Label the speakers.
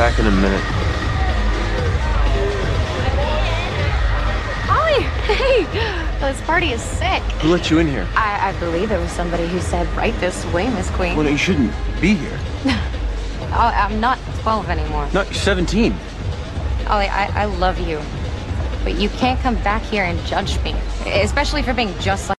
Speaker 1: back in a minute.
Speaker 2: Holly, hey! This party is sick.
Speaker 1: Who let you in here?
Speaker 2: I, I believe it was somebody who said, right this way, Miss Queen.
Speaker 1: Well, no, you shouldn't be here.
Speaker 2: I, I'm not 12 anymore.
Speaker 1: No, you're 17.
Speaker 2: Holly, I, I love you. But you can't come back here and judge me, especially for being just